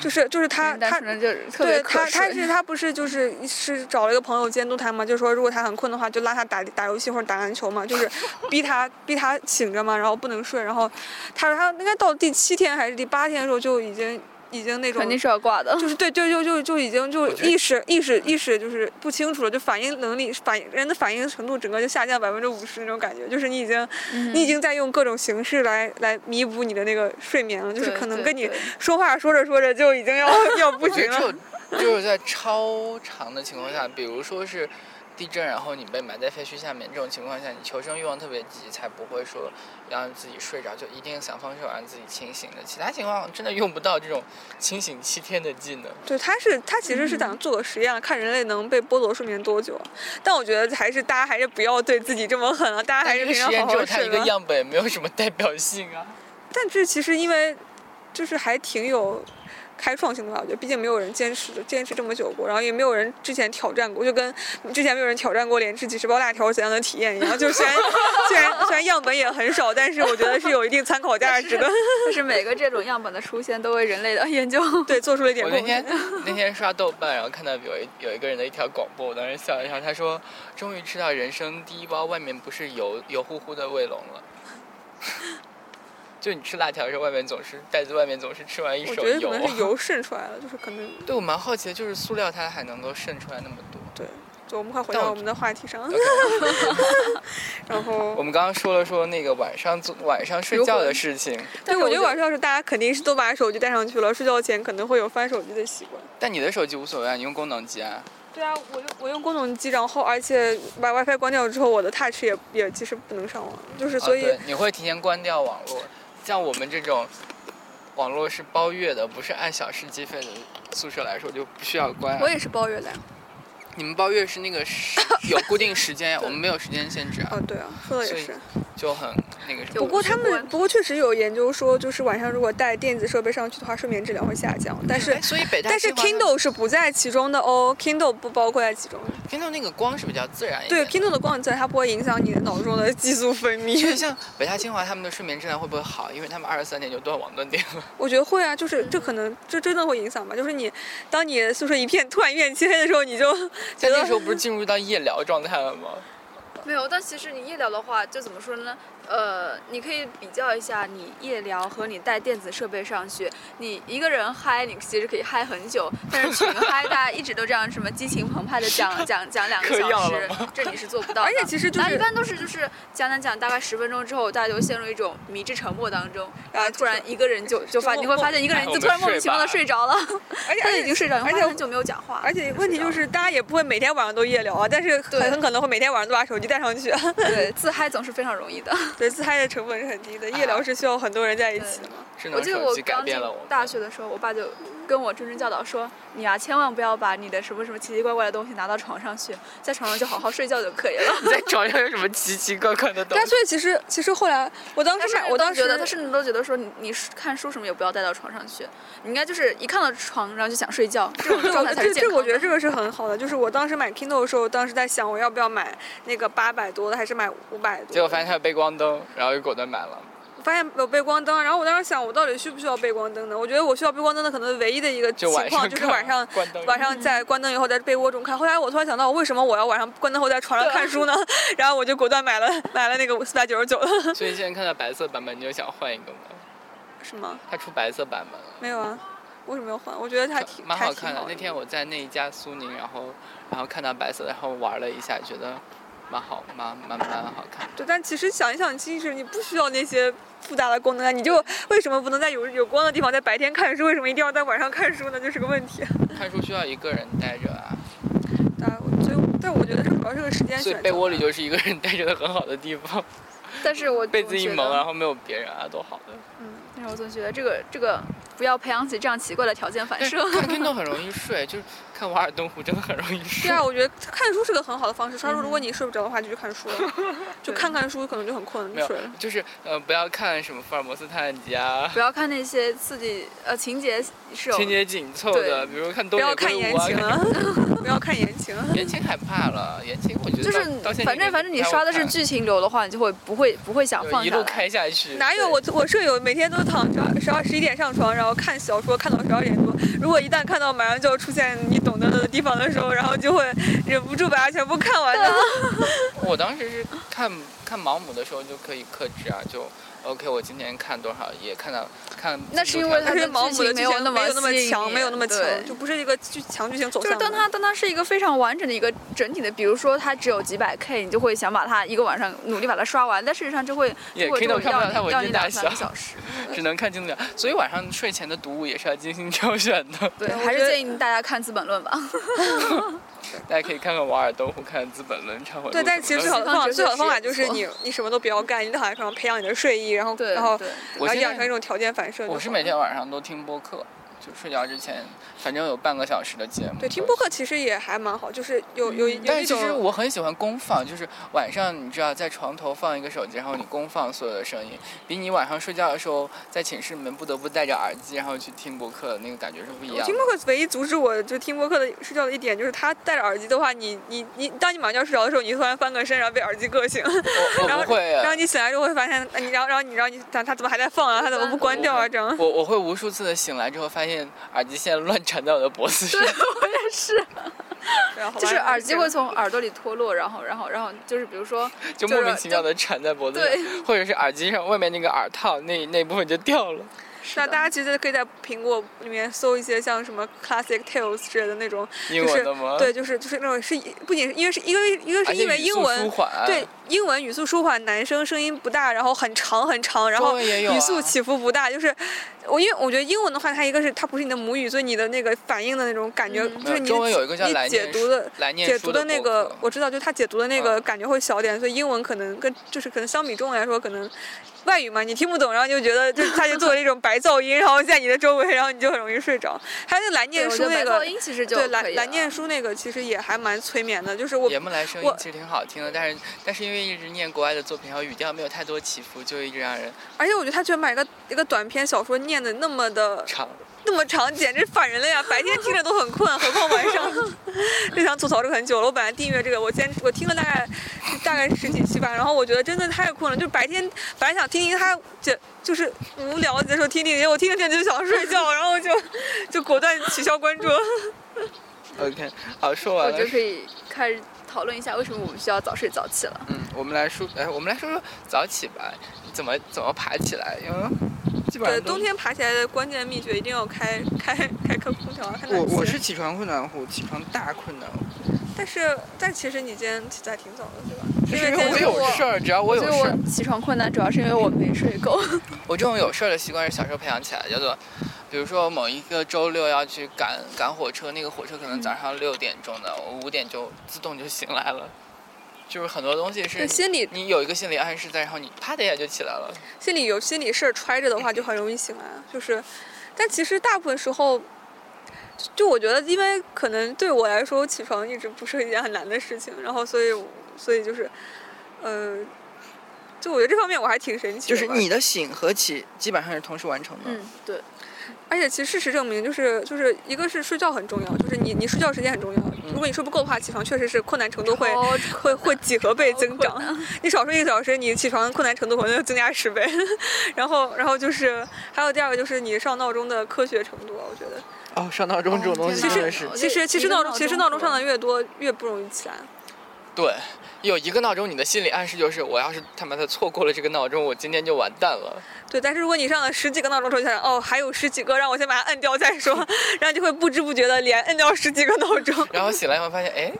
S2: 就是就是他
S3: 单
S2: 他
S3: 纯的就是特别
S2: 对
S3: 瞌
S2: 他，他
S3: 睡
S2: 是他不是就是是找了一个朋友监督他嘛，就说如果他很困的话，就拉他打打游戏或者打篮球嘛，就是逼他 逼他醒着嘛，然后不能睡，然后他说他应该到第七天还是第八天的时候就已经已经那种
S3: 肯定是要挂的。
S2: 就是对，就就就就已经就
S1: 觉得
S2: 意识意识意识就是不清楚了，就反应能力反应人的反应程度整个就下降百分之五十那种感觉，就是你已经、
S3: 嗯
S2: 你已经在用各种形式来来弥补你的那个睡眠了，就是
S3: 对
S2: 可能
S3: 对
S2: 跟你
S3: 对
S2: 说话说着说着就已经 要要不
S1: 我觉
S2: 行
S1: 得只有
S2: 了。
S1: 就是在超长的情况下，比如说是地震，然后你被埋在废墟下面这种情况下，你求生欲望特别急，才不会说让自己睡着，就一定想方设法让自己清醒的。其他情况真的用不到这种清醒七天的技能。
S2: 对，他是他其实是
S1: 嗯
S2: 想做个实验，看人类能被剥夺睡眠多久。但我觉得还是大家还是不要对自己这么狠啊，大家还是
S1: 这个
S2: 平
S1: 实
S2: 常
S1: 验
S2: 好
S1: 只有
S2: 好
S1: 它
S2: 睡
S1: 一个
S2: 吧。
S1: 样本，没有什么代表性啊。
S2: 但这其实因为就是还挺有开创性的吧，我觉得，毕竟没有人坚持坚持这么久过，然后也没有人之前挑战过，就跟之前没有人挑战过连吃几十包辣条怎样的体验一样。就虽然虽然虽然样本也很少，但是我觉得是有一定参考价值的。
S3: 就是每个这种样本的出现，都为人类的 研究
S2: 对，做出了一点
S1: 我那
S2: 贡
S1: 天
S2: 献。
S1: 那天刷豆瓣，然后看到有一有一个人的一条广播，我当时笑了一下，他说：“终于吃到人生第一包外面不是油油乎乎的卫龙了。” 就你吃辣条的时候，外面总是袋子外面总是吃完一
S2: 我
S1: 手
S2: 觉得
S1: 油啊
S2: 可。能是油渗出来了，就是可能
S1: 对我蛮好奇的，就是塑料它还能够渗出来那么多。
S2: 对。就我们快回
S1: 但
S2: 到
S1: 我
S2: 我们的话题上，
S1: OK，
S2: 然
S1: 我
S2: 后
S1: 们刚刚说了说那个晚上做晚上睡觉的事情，
S2: 对，
S3: 但是
S2: 我
S3: 我
S2: 觉得
S3: 觉得
S2: 晚上要是大家肯定是都把手机带上去了，睡觉前可能会有翻手机的习惯。
S1: 但你的手机无所谓啊，你用功能机啊。
S2: 对啊，我用我用功能机，然后而且把 WiFi 关掉之后，我的 Touch 也也其实不能上网，就是所以、
S1: 啊、对你会提前关掉网络，像我们这种网络是包月的，不是按小时计费的宿舍来说就不需要关啊。
S3: 我也是包月亮，
S1: 你们包月是那个时 有固定时间呀，我们没有时间限制啊
S2: 啊，对啊，说的
S1: 所
S2: 也
S1: 以
S2: 是。
S1: 就很那个什
S3: 就
S2: 不
S1: 么。
S2: 过他
S3: 我是
S2: 们
S3: 关
S2: 不过确实有研究说，就是晚上如果带电子设备上去的话，睡眠质量会下降。但是
S1: 哎所以北大
S2: 但是
S1: 清华它
S2: Kindle 是不在其中的哦，Kindle 不包括在其中的。
S1: Kindle 那个光是比较自然一
S2: 对
S1: 点。。
S2: ，Kindle 的光自然它不会影响你的脑中的激素分
S1: 所以
S2: 泌。
S1: 像北大清华他们的睡眠质量会不会好？因为他们二十三点就断网断电 了。
S2: 我觉得会啊，就是这可能这真的会影响吧。就是你当你宿舍一片 突然一片漆黑的时候， 你就
S1: 在那时候不是进入到夜聊状态了吗？
S3: 没有。但其实你夜聊的话，就怎么说呢？呃，你可以比较一下你夜聊和你带电子设备上去，你一个人嗨，你其实可以嗨很久，但是群嗨，大家一直都这样什么激情澎湃的 讲讲讲两个
S1: 嗑药
S3: 小时
S1: 了吗，
S3: 这你是做 不到的。
S2: 而且其实就是
S3: 然后一般都是就是讲讲讲，大概十分钟之后，大家就会陷入一种迷之沉默当中，然后突然一个人就就发，
S2: 就
S3: 你会发现一个人就突然莫名其妙的睡着了，
S2: 而且
S3: 他 就已经睡着，你
S2: 而
S3: 发
S2: 且
S3: 现很久没有讲话。
S2: 而且问题就是，大家也不会每天晚上都夜聊啊，但是很
S3: 对
S2: 很可能会每天晚上都把手机带上去啊。
S3: 对自嗨总是非常容易的。
S2: 对，自嗨的成本是很低的，夜聊是需要很多人在一起的嘛。
S1: 智
S3: 我
S1: 能
S3: 记得
S1: 手
S3: 我
S1: 机改
S3: 刚进
S1: 变了我们。
S3: 大学的时候，我爸就跟我谆谆教导说：“你啊，千万不要把你的什么什么奇奇怪怪的东西拿到床上去，在床上就好好睡觉就可以了。
S1: 你在床上有什么奇奇怪怪的东
S2: 对啊，
S1: 西？
S2: 所以其实其实后来我当”
S3: 他
S2: 时
S3: 甚
S2: 买，
S3: 至
S2: 我
S3: 都
S2: 当时
S3: 觉得，他 甚至都觉得说你你是看书什么也不要带到床上去，你应该就是一看到床然后就想睡觉，这种
S2: 这
S3: 状态
S2: 我
S3: 才是
S2: 这
S3: 健康
S2: 这
S3: 的。
S2: 我觉得这个是很好的，就是我当时买 Kindle 的时候，当时在想我要不要买那个八百多的，还是买五百多的。
S1: 结果发现它有背光灯，然后又果断买了。
S2: 发现有背光灯，然后我当时想我到底需不需要背光灯呢？我觉得我需要背光灯的可能唯一的一个情
S1: 就晚上
S2: 况就是晚
S1: 看
S2: 上
S1: 关灯
S2: 晚上在关灯以后在被窝中看。后来我突然想到，为什么我要晚上关灯后在床上看书呢？ 然后我就果断买了买了那个四百九十九的，
S1: 所以现在看到白色版本，你就想换一个吗？
S2: 是吗？
S1: 它出白色版本了，
S2: 没有啊，为什么要换？我觉得还挺
S1: 蛮
S2: 还
S1: 好
S2: 挺
S1: 看的。那天我在那一家苏宁，然后然后看到白色的，然后玩了一下，觉得蛮好，蛮蛮蛮好看。
S2: 对，但其实想一想，其实你不需要那些复杂的功能啊，你就为什么不能在有有光的地方在白天看书？为什么一定要在晚上看书呢？这是个问题。
S1: 看书需要一个人待着啊，
S2: 对啊，我所以但我觉得这主要是个时间
S1: 所以
S2: 选择。
S1: 被窝里就是一个人待着的很好的地方，
S3: 但是我
S1: 被子一蒙，然
S3: 啊。
S1: 后没有别人啊，多好的。
S2: 哎
S3: 但是哎我总觉得这个这个不要培养起这样奇怪的条件反
S1: 但是
S3: 射。
S1: 看 Kindle 很容易睡，就是看《瓦尔登湖》真的很容易睡。
S2: 对 啊，我觉得看书是个很好的方式。他
S3: 嗯
S2: 说，如果你睡不着的话，就去看 书了，就看看书，可能就很困，
S1: 没
S2: 就
S1: 有
S2: 睡了。，
S1: 就是呃，不要看什么福尔摩斯探案集啊，
S3: 不要看那些刺激呃情节是有
S1: 情节紧凑的，比如看东
S2: 不
S1: 野
S2: 要看
S1: 圭
S2: 言
S1: 吾啊
S2: 情啊， 不要看言情啊。
S1: 言情害怕了，言情我觉得
S3: 就是
S1: 到到现在
S3: 反
S1: 这个
S3: 正反正你
S1: 不太好
S3: 刷的是
S1: 看
S3: 剧情流的话，你就会不会不会想
S1: 就
S3: 放
S1: 一
S3: 下
S1: 路
S3: 来。
S1: 开下去。
S2: 哪有我我舍友每天都就躺十二十二十一点上床，然后看小说看到十二点多。如果一旦看到马上就要出现你懂得的地方的时候，然后就会忍不住把它全部看完的。
S1: 我当时是看看毛姆的时候就可以克制啊，就 OK，我今天看多少页，看到看
S3: 那是因为
S2: 而
S3: 它
S2: 且
S3: 的
S2: 毛姆的
S3: 剧情没有
S2: 剧情
S3: 那么
S2: 没有那么
S3: 吸引
S2: 强，
S3: 你
S2: 没有那么强，
S3: 对
S2: 就不是一个剧强剧情走
S3: 就
S2: 向
S3: 是
S2: 的。
S3: 当它当它是一个非常完整的一个整体的，比如说它只有几百 K，你就会想把它一个晚上努力把它刷完，但事实上就会
S1: 也
S3: 就会
S1: Kindle 看不
S3: 要
S1: 了它
S3: 你
S1: 文
S3: 要
S1: 件
S3: 你
S1: 大
S3: 两三个
S1: 小
S3: 小时。
S1: 只能看精灵，所以晚上睡前的读物也是要精心挑选的。
S3: 对，
S2: 对我
S3: 还是
S2: 觉得
S3: 建议大家看《资本论》吧。
S1: 大家可以看看瓦尔登湖，看看《资本论》，忏悔录
S2: 对，但其实
S1: 什
S2: 最
S1: 么的
S2: 好的方法，
S3: 西
S2: 最
S3: 方
S2: 好的方法
S3: 哲
S2: 就
S3: 学也
S2: 是
S3: 不错
S2: 你你什么都不要干，你躺在床上培养你的睡意，然后
S3: 对，
S2: 然后
S3: 对
S1: 我
S2: 然后
S1: 现
S2: 养
S1: 在
S2: 成一种条件反射就好了。
S1: 我是每天晚上都听播客，就睡觉之前，反正有半个小时的节目。
S2: 对听播客其实也还蛮好，就是有有有
S1: 嗯但
S2: 一
S1: 是其实
S2: 种
S1: 我很喜欢公放，就是晚上你知道在床头放一个手机，然后你公放所有的声音，比你晚上睡觉的时候在寝室里面不得不戴着耳机然后去听播客那个感觉是不一样
S2: 听
S1: 的。
S2: 播客唯一阻止我就听播客的睡觉的一点就是，他戴着耳机的话，你你你，当你马上要睡着的时候，你突然翻个身，然后被耳机硌醒，
S1: 我
S2: 然
S1: 我
S2: 后
S1: 不会
S2: 然
S1: 啊
S2: 后，你醒来之后会发现，呃你然后然后你然后你想他怎么还在放啊？他怎么不关掉啊？这样。
S1: 我我会无数次的醒来之后发现耳机线乱缠在我的脖子上。
S3: 我也是，
S2: 然后
S3: 就是
S2: 晚上
S3: 耳机
S2: 这
S3: 会
S2: 样
S3: 从耳朵里脱落，然后然后然后就是比如说
S1: 就莫名其妙的缠在脖子
S3: 对
S1: 上，或者是耳机上外面那个耳套那那部分就掉了。
S2: 那
S3: 的
S2: 大家其实可以在苹果里面搜一些像什么 Classic Tales 之类的那种，
S1: 英
S2: 就是
S1: 文的吗？
S2: 对，，就是就是那种是不仅是因为是一个一个是
S1: 而且
S2: 因为
S1: 语
S2: 英
S1: 速
S2: 文
S1: 舒缓，啊
S2: 对，英文语速舒缓，男生声音不大，然后很长很长，然
S1: 中
S2: 后
S1: 文也有
S2: 语速
S1: 啊
S2: 起伏不大。就是我因为我觉得英文的话，它一个是它不是你的母语，所以你的那个反应的那种感觉，
S3: 嗯
S1: 没
S2: 就
S1: 有
S2: 是你
S1: 中文有一个叫
S2: 你
S1: 来
S2: 解
S1: 念
S2: 读
S1: 书
S2: 的。
S1: 来念
S2: 解
S1: 书
S2: 读的那
S1: 博
S2: 个
S1: 客，
S2: 我知道，就他解读的那个
S1: 嗯
S2: 感觉会小点，所以英文可能跟就是可能相比中文来说，可能外语嘛，你听不懂，然后你就觉得就他就作为一种白噪音，然后在你的周围，然后你就很容易睡着。还有那个来
S3: 对
S2: 念
S3: 我
S2: 书
S3: 觉得
S2: 那
S3: 白
S2: 个
S3: 噪，音其实就
S2: 对来
S1: 啊
S3: 可以
S2: 来
S3: 了
S2: 念书那个其实也还蛮催眠的，就是我
S1: 爷们来声音
S2: 我
S1: 其实挺好听的，但是但是因为一直念国外的作品，然后语调没有太多起伏，就一直让人
S2: 而且我觉得他居然把一个一个短篇小说念的那么的
S1: 唱。
S2: 那么长，简直反人类啊！白天听着都很困，何况晚上？就想吐槽这个很久了。我本来订阅这个，我先我听了大概大概十几期吧，然后我觉得真的太困了，就白天本来想听听他这就是无聊的时候听听，结果听着听着就想睡觉，然后就就果断取消关注。
S1: OK，好，嗯说
S3: 我
S1: 完了
S3: 觉得。可以开始讨论一下为什么我们需要早睡早起了。
S1: 嗯，我们来说，哎，我们来说说早起吧，怎么怎么爬起来？因为基本
S2: 对，
S1: 上
S2: 冬
S1: 都。
S2: 天爬起来的关键秘诀一定要开开开开空调啊，开
S1: 我
S2: 暖气。
S1: 我是起床困难户，起床大困难户，
S2: 但是但其实你今天起得还挺早的，对吧？
S1: 就是因
S2: 今
S1: 为
S2: 天
S1: 我有事儿，只要我有
S3: 所以
S1: 事儿，
S3: 我起床困难主要是因为我没睡够。
S1: 我这种有事儿的习惯是小时候培养起来的，叫做，比如说某一个周六要去赶赶火车，那个火车可能早上六点钟的，我五点就自动就醒来了。就是很多东西是
S2: 对心理
S1: 你有一个心理暗示在，然后你啪的一下就起来了。
S2: 心里有心理事儿揣着的话，就很容易醒来。啊就是，但其实大部分时候，就我觉得，因为可能对我来说，起床一直不是一件很难的事情，然后所以我所以就是，呃，就我觉得这方面我还挺神奇
S1: 就
S2: 的吧。
S1: 是你的醒和起基本上是同时完成的。
S3: 嗯，对，
S2: 而且其实事实证明，就是就是一个是睡觉很重要，就是你你睡觉时间很重要。如果你睡不够的话，起床确实是困难程度会。
S3: 哦
S2: 会会几何 倍增
S3: 好
S2: 长，你少睡一个小时，你起床困难程度可能就增加十倍。然后，然后就是还有第二个就是你上闹钟的科学程度，啊我觉得
S3: 嗯
S1: 哦，上闹钟这种东西
S2: 天哪
S1: 真的是，
S3: 哦
S2: 其实其实闹钟其实闹钟上哦的
S3: 越
S2: 越多越不容易起来。
S1: 对，有一个闹钟，你的心理暗示就是，我要是他妈的错过了这个闹钟，我今天就完蛋了。
S2: 对，但是如果你上了十几个闹钟之后，就想哦还有十几个，让我先把它摁掉再 说，然后就会不知不觉的连摁掉十几个闹钟。
S1: 然后醒来以后发现，哎，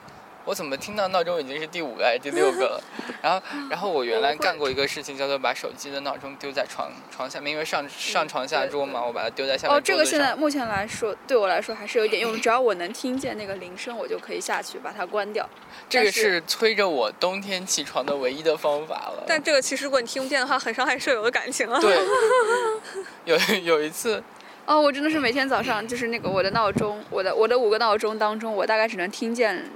S1: 我怎么听到闹钟已经是第五个还是第六个 了？然后，然后我原来干过一个事情，叫做把手机的闹钟丢在床床下面，因为上上床下桌嘛，我把它丢在下面
S3: 嗯哦，这
S1: 桌
S3: 个
S1: 子
S3: 现在
S1: 上
S3: 目前来说对我来说还是有一点用，只要我能听见那个铃声，我就可以下去把它关掉。
S1: 这个
S3: 但是
S1: 是催着我冬天起床的唯一的方法了。
S2: 但这个其实如果你听不见的话，很伤害舍友的感情啊。
S1: 对，有有一 次，
S3: 哦，我真的是每天早上就是那个我的闹钟，我的我的五个闹钟当中，我大概只能听见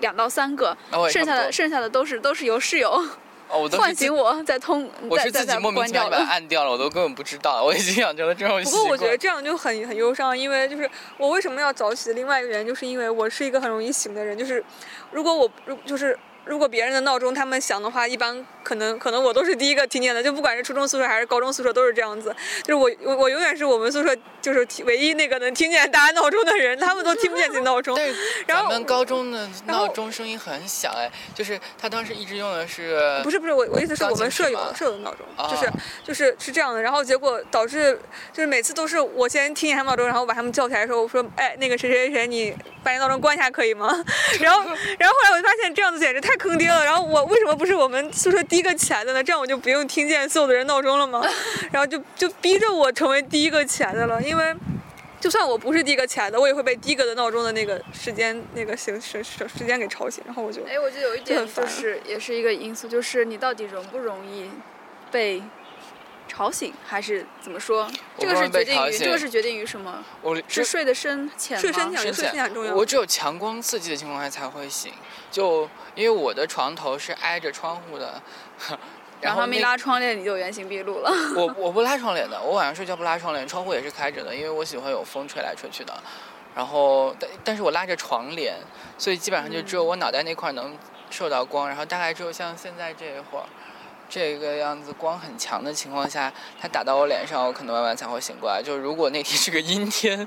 S3: 两到三个，
S1: 然后我也
S3: 剩
S1: 差
S3: 下
S1: 不
S3: 的
S1: 多
S3: 剩下的都是都是由室友
S1: 哦，我都是
S3: 唤
S1: 自
S3: 醒我，再通
S1: 我
S3: 再
S1: 是
S3: 再
S1: 自己
S3: 再
S1: 莫名
S3: 关
S1: 其妙就
S3: 掉
S1: 把它
S3: 了。
S1: 按掉了，我都根本不知道，我已经养成了这种习
S2: 不
S1: 惯。
S2: 过我觉得这样就很很忧伤，因为就是我为什么要早起？另外一个原因就是因为我是一个很容易醒的人，就是如果我如就是如果别人的闹钟他们响的话，一般可能可能我都是第一个听见的，就不管是初中宿舍还是高中宿舍都是这样子。就是我我我永远是我们宿舍就是唯一那个能听见大家闹钟的人，他们都听不见自己闹钟。
S1: 但是
S2: 然
S1: 咱
S2: 后
S1: 们高中的
S2: 然后
S1: 闹钟声音很响哎，就是他当时一直用的是
S2: 不是不是，我我意思是
S1: 钢
S2: 我们
S1: 琴
S2: 舍
S1: 是
S2: 友
S1: 吗
S2: 舍友的闹钟，
S1: 啊
S2: 就是就是是这样的，然后结果导致就是每次都是我先听见他们闹钟，然后把他们叫起来的时候，我说哎那个谁谁谁，你把你闹钟关一下可以吗？ 然 后然后后来我就发现这样子简直太坑爹了，然后我为什么不是我们宿舍第一个起来的呢？这样我就不用听见所有的人闹钟了吗？ 然后就就逼着我成为第一个起来的了，因为。就算我不是第一个起来的，我也会被第一个的闹钟的那个时间、那个形时时时间给吵醒，然后我就
S3: 哎，我觉得有一
S2: 就
S3: 点
S2: 很烦
S3: 就是也是一个因素，就是你到底容不容易被吵醒，还是怎么说？
S1: 我
S3: 这个
S1: 不
S3: 是
S1: 容易被
S3: 决定
S1: 吵
S3: 于这个
S1: 醒
S3: 是决定于什么？
S1: 我
S3: 是睡得深浅吗？
S2: 睡深
S1: 深
S2: 浅，睡深
S1: 浅
S2: 浅很重要。
S1: 我只有强光刺激的情况下才会醒，就因为我的床头是挨着窗户的，
S3: 然后
S1: 后
S3: 没
S1: 那
S3: 拉窗帘，你就原形毕露了。
S1: 我我不拉窗帘的，我晚上睡觉不拉窗帘，窗户也是开着的，因为我喜欢有风吹来吹去的。然后，但但是我拉着床帘，所以基本上就只有我脑袋那块能受到光，然后大概只有像现在这一会儿，这个样子光很强的情况下，它打到我脸上，我可能慢慢才会醒过来。就如果那天是个阴天，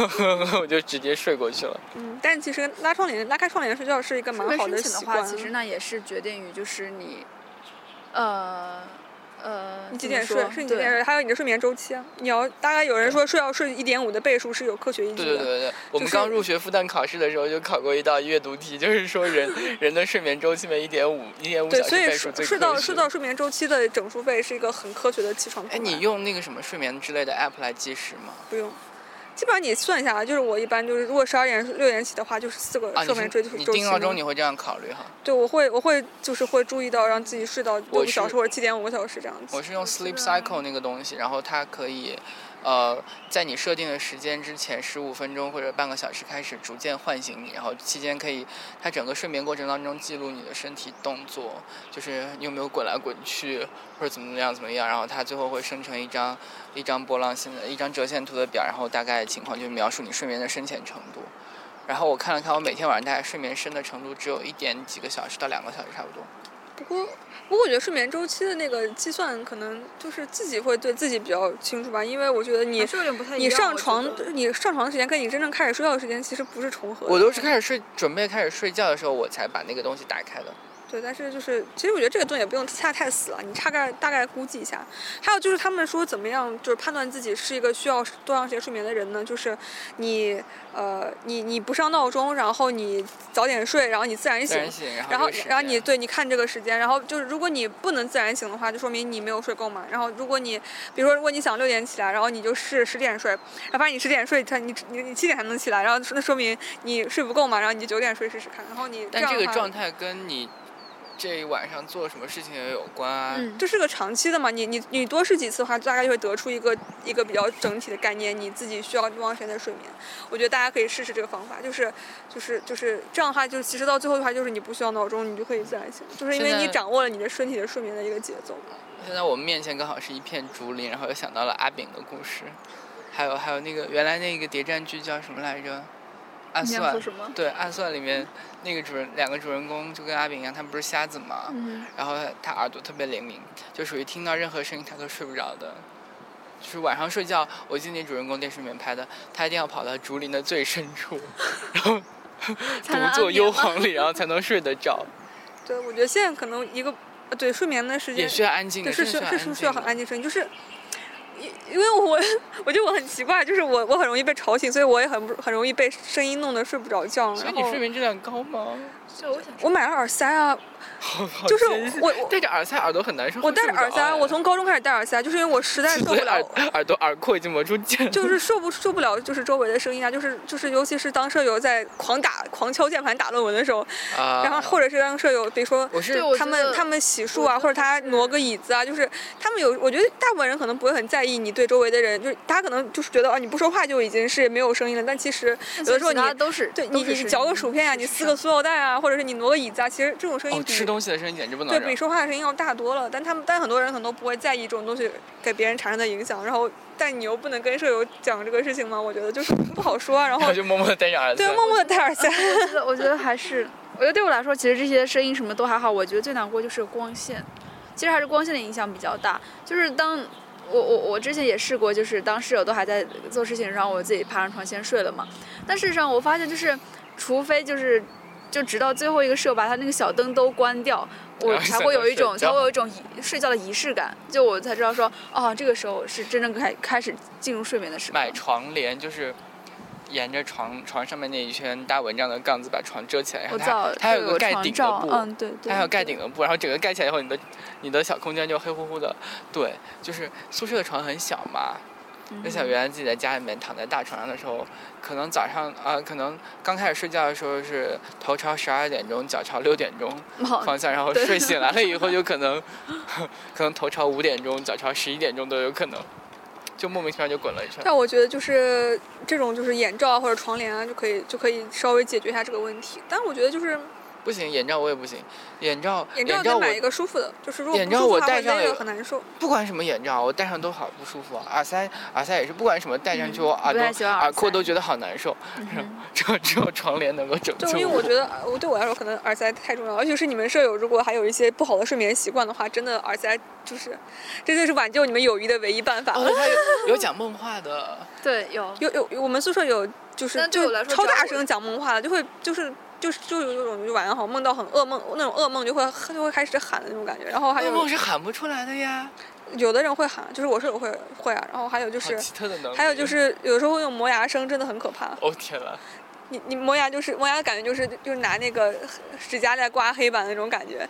S1: 我就直接睡过去了。
S2: 嗯，但其实拉窗帘、拉开窗帘睡觉是一个蛮
S3: 睡
S2: 好
S3: 深浅的
S2: 习
S3: 话，
S2: 惯。
S3: 其实那也是决定于就是你，呃呃，
S2: 你几
S3: 怎么
S2: 点
S3: 说
S2: 睡，是你几点
S3: 对
S2: 睡，还有你的睡眠周期啊。你要大概有人说睡要睡一点五的倍数是有科学依据
S1: 对对
S2: 的。
S1: 对对，我们
S2: 就是
S1: 刚入学复旦考试的时候就考过一道阅读题，就是说人人的睡眠周期为一点五一点五
S2: 对
S1: 小时
S2: 所以
S1: 倍数
S2: 睡
S1: 最
S2: 睡
S1: 科
S2: 到
S1: 学
S2: 睡到睡眠周期的整数倍是一个很科学的起床
S1: 哎，
S2: 方法。
S1: 你用那个什么睡眠之类的 app 来计时吗？
S2: 不用？基本上你算一下来，啊就是我一般就是如果十二点六点起的话，就是四个
S1: 啊，
S2: 睡
S1: 你
S2: 眠
S1: 是
S2: 周期
S1: 你
S2: 周期
S1: 定闹
S2: 嘛。
S1: 钟你会这样考虑哈？
S2: 对，我会我会就是会注意到让自己睡到六
S1: 我
S2: 个小
S1: 是
S2: 时或者七点五个小时这样子
S1: 我。是用
S3: 我知
S1: Sleep
S3: 道
S1: Cycle 那个东西，然后它可以，呃，在你设定的时间之前十五分钟或者半个小时开始逐渐唤醒你，然后期间可以，它整个睡眠过程当中记录你的身体动作，就是你有没有滚来滚去或者怎么怎么样怎么样，然后它最后会生成一张一张波浪线的一张折线图的表，然后大概情况就是描述你睡眠的深浅程度。然后我看了看，我每天晚上大概睡眠深的程度只有一点几个小时到两个小时差不多。
S2: 不过，不过我觉得睡眠周期的那个计算，可能就是自己会对自己比较清楚吧，因为我觉得你
S3: 啊还是有点不太一
S2: 你
S3: 样
S2: 上
S3: 我觉
S2: 床
S3: 得，
S2: 你上床的时间跟你真正开始睡觉的时间其实不是重合的。
S1: 我都是开始睡，准备开始睡觉的时候，我才把那个东西打开的。
S2: 对，但是就是，其实我觉得这个东西也不用掐得太死了，你大概大概估计一下。还有就是他们说怎么样，就是判断自己是一个需要多长时间睡眠的人呢？就是你呃，你你不上闹钟，然后你早点睡，然后你自然
S1: 自
S2: 醒
S1: 然，醒，然后
S2: 然后
S1: 这个时，
S2: 然后你
S1: 间
S2: 对，你看这个时间，然后就是如果你不能自然醒的话，就说明你没有睡够嘛。然后如果你，比如说如果你想六点起来，然后你就是十点睡，然后发现你十点睡，他你你你七点才能起来，然后那说明你睡不够嘛，然后你就九点睡试试看。然后你
S1: 但这
S2: 样的
S1: 个
S2: 话
S1: 状态跟你这一晚上做什么事情也有关啊。
S3: 嗯，
S2: 这是个长期的嘛，你你你多试几次的话，大概就会得出一个一个比较整体的概念，你自己需要多长时间的睡眠。我觉得大家可以试试这个方法，就是就是就是这样的话，就是其实到最后的话，就是你不需要闹钟，你就可以自然醒，就是因为
S1: 现在
S2: 你掌握了你的身体的睡眠的一个节奏。
S1: 现在我们面前刚好是一片竹林，然后又想到了阿炳的故事，还有还有那个原来那个谍战剧叫什么来着？暗
S3: 你想
S1: 算
S3: 说。什么？
S1: 对，暗算里面那个主人两个主人公就跟阿炳一样，他们不是瞎子嘛，
S3: 嗯，
S1: 然后他耳朵特别灵敏，就属于听到任何声音他都睡不着的。就是晚上睡觉，我记得那主人公电视里面拍的，他一定要跑到竹林的最深 处，然后
S3: 才能
S1: 独
S3: 安
S1: 坐
S3: 眠
S1: 幽
S3: 吗
S1: 篁里，然后才能睡得 着。
S2: 对，我觉得现在可能一个呃对睡眠的时间
S1: 也需要安静的，
S2: 对是
S1: 真
S2: 需
S1: 的
S2: 是是需要很
S1: 安静
S2: 安静睡，就是。因因为我 我觉得我很奇怪，就是我我很容易被吵醒，所以我也很不很容易被声音弄得睡不着觉。
S1: 的。所
S2: 然
S1: 以你
S2: 后
S1: 睡眠质量高吗？
S3: 对，我想
S2: 我买了耳塞啊，
S1: 好好
S2: 就是
S1: 艰辛
S2: 我我
S1: 戴着耳塞耳朵很难受。
S2: 我戴着
S1: 睡不着
S2: 耳塞，
S1: 哎
S2: 我从高中开始戴耳塞，就是因为我实在受
S1: 所以
S2: 不了
S1: 耳，耳朵耳廓已经磨出茧了。
S2: 就是受不受不了就是周围的声音啊，就是就是尤其是当舍友在狂打狂敲键盘打论文的时候，
S1: 啊，
S2: 然后或者是当舍友，比如说
S1: 我是
S3: 对我
S2: 他
S3: 觉
S2: 们
S3: 得
S2: 他们洗漱
S3: 我
S2: 啊，
S3: 觉
S2: 或者
S3: 得
S2: 他
S3: 是
S2: 挪个椅子啊，就是他们有，我觉得大部分人可能不会很在意你对周围的人，就是他可能就是觉得啊，你不说话就已经是没有声音了，但其实有的时候你
S3: 都是
S2: 对
S3: 都
S2: 你
S3: 是
S2: 你
S3: 声
S2: 嚼个
S3: 音
S2: 薯片啊，
S3: 是
S2: 你
S3: 是
S2: 撕个塑料袋啊，或者是你挪个椅子啊，其实这种声音
S1: 哦，
S2: 比
S1: 吃东西的声音简直不能
S2: 对
S1: 忍。
S2: 比说话的声音要大多了，但他们但很多人可能都不会在意这种东西给别人产生的影响，然后但你又不能跟舍友讲这个事情嘛，我觉得就是不好说啊，然
S1: 然
S2: 后
S1: 后就默默地戴着耳塞。
S2: 对默默的戴耳塞，
S3: 我觉得我觉得还是我觉得对我来说，其实这些声音什么都还好，我觉得最难过就是光线，其实还是光线的影响比较大。就是当我我我之前也试过，就是当室友都还在做事情，然后我自己爬上床先睡了嘛。但事实上我发现，就是除非就是就直到最后一个室友把他那个小灯都关掉，我
S1: 然后才
S3: 才会
S1: 能
S3: 有一种
S1: 睡
S3: 才
S1: 觉
S3: 会有一种仪睡觉的仪式感，就我才知道说，哦，这个时候是真正开开始进入睡眠的时刻。
S1: 买床帘就是沿着床床上面那一圈搭蚊帐的杠子把床遮起来，然后
S3: 我
S1: 它
S3: 造
S1: 它还有
S3: 个
S1: 个盖
S3: 床
S1: 顶的
S3: 罩
S1: 布，
S3: 嗯，对对，
S1: 它还有盖
S3: 对
S1: 顶的布，然后整个盖起来以后，你的你的小空间就黑乎乎的。对，就是宿舍的床很小嘛，就
S3: 嗯
S1: 想原来自己在家里面躺在大床上的时候，可能早上啊、可能刚开始睡觉的时候是头朝十二点钟，脚朝六点钟
S3: 好
S1: 方向，然后
S3: 对
S1: 睡醒来了 以后就可能可能头朝五点钟，脚朝十一点钟都有可能，就莫名其妙就滚了一圈。
S2: 但我觉得就是这种就是眼罩啊或者床帘啊就可以就可以稍微解决一下这个问题。但我觉得就是
S1: 不行，眼罩我也不行，眼罩
S2: 眼罩再
S1: 我
S2: 买一个舒服的，就是如果
S1: 眼
S2: 不
S1: 罩
S2: 舒服
S1: 我
S2: 的话
S1: 戴
S2: 会
S1: 上
S2: 勒
S1: 了
S2: 得很难受。
S1: 不管什么眼罩，我戴上都好不舒服啊！耳塞，耳塞也是，不管什么戴上去，
S3: 嗯
S1: 我耳
S3: 不
S1: 朵
S3: 太喜欢耳塞
S1: 耳廓都觉得好难受。
S3: 嗯哼
S1: 只有只有床帘能够拯救
S2: 就因为我觉得呃我对我来说可能耳塞太重要了，而且是你们舍友如果还有一些不好的睡眠习惯的话，真的耳塞就是真的是挽救你们友谊的唯一办法。
S1: 哦，他有有讲梦话的，
S3: 对有。
S2: 有有有我们宿舍有就是
S3: 但对
S2: 就
S3: 我来说
S2: 超
S3: 只要
S2: 大
S3: 我
S2: 声讲梦话的，就会就是。就是就有一种就晚上好像梦到很噩梦，那种噩梦就会就会开始喊的那种感觉，然后还
S1: 梦梦
S2: 有
S1: 是喊不出来的呀，
S2: 有的人会喊，就是我舍友会会啊，然后还有就
S1: 好
S2: 是
S1: 奇特的能力。
S2: 还有就，是有时候会有磨牙声，真的很可怕。
S1: 哦天呐，
S2: 你你磨牙就是磨牙的感觉，就是就是拿那个指甲在刮黑板那种感觉。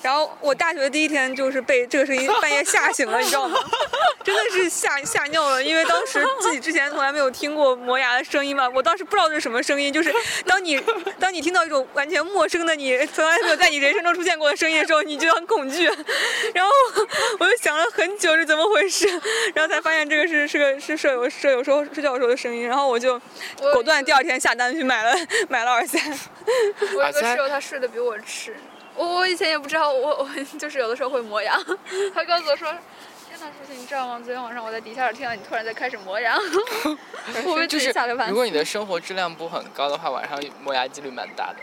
S2: 然后我大学第一天就是被这个声音半夜吓醒了，你知道吗？真的是吓吓尿了，因为当时自己之前从来没有听过磨牙的声音嘛，我当时不知道这是什么声音，就是当你当你听到一种完全陌生的你从来没有在你人生中出现过的声音的时候，你就很恐惧。然后我就想了很久是怎么回事，然后才发现这个是是个是舍友舍友时候睡觉时候的声音，然后我就。
S3: 我
S2: 果断第二天下单去买了买了耳塞。
S3: 我有
S1: 耳
S3: 个
S1: 塞
S3: 室友，他睡得比我迟。我我以前也不知道，我我就是有的时候会磨牙。 他告诉我说：“天呐，舒淇，你知道吗？昨天晚上我在底下听到你突然在开始磨牙， 我被
S1: 就
S3: 自己
S1: 是
S3: 吓得半
S1: 如
S3: 死。
S1: 果你的生活质量不很高的话，晚上磨牙几率蛮大的。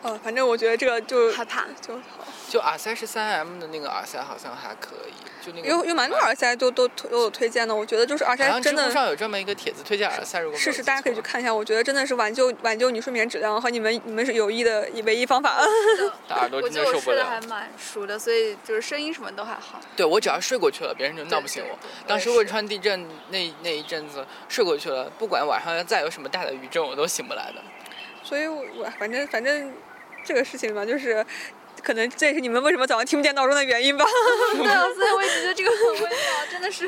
S2: 呃，反正我觉得这个就
S3: 害怕
S2: 就好，
S1: 就耳塞是三 M 的那个耳塞，好像还可以，就那个
S2: 有有蛮多耳塞都都推都有推荐的，我觉得就是耳
S1: 好
S2: 塞
S1: 像知
S2: 真
S1: 乎
S2: 的。
S1: 上有专门一个帖子推荐耳塞，如果没有
S2: 是是，
S1: 记
S2: 大家可以去
S1: 错
S2: 看一下，我觉得真的是挽救挽救你睡眠质量和你们你们是有益的唯一方法。
S1: 但耳朵
S3: 我
S1: 真
S3: 觉
S1: 的
S3: 得我
S1: 受不
S3: 睡得
S1: 了
S3: 还。蛮熟的，所以就是声音什么都还好。
S1: 对我只要睡过去了，别人就闹不醒
S3: 对
S1: 我
S3: 对对。
S1: 当时
S3: 我也
S1: 汶
S3: 是
S1: 川地震那那一阵子睡过去了，不管晚上再有什么大的余震，我都醒不来的。
S2: 所以我我反正反正这个事情嘛，就是可能这也是你们为什么早上听不见闹钟的原因吧。
S3: 对啊，所以我也觉得这个很微妙，真 的是。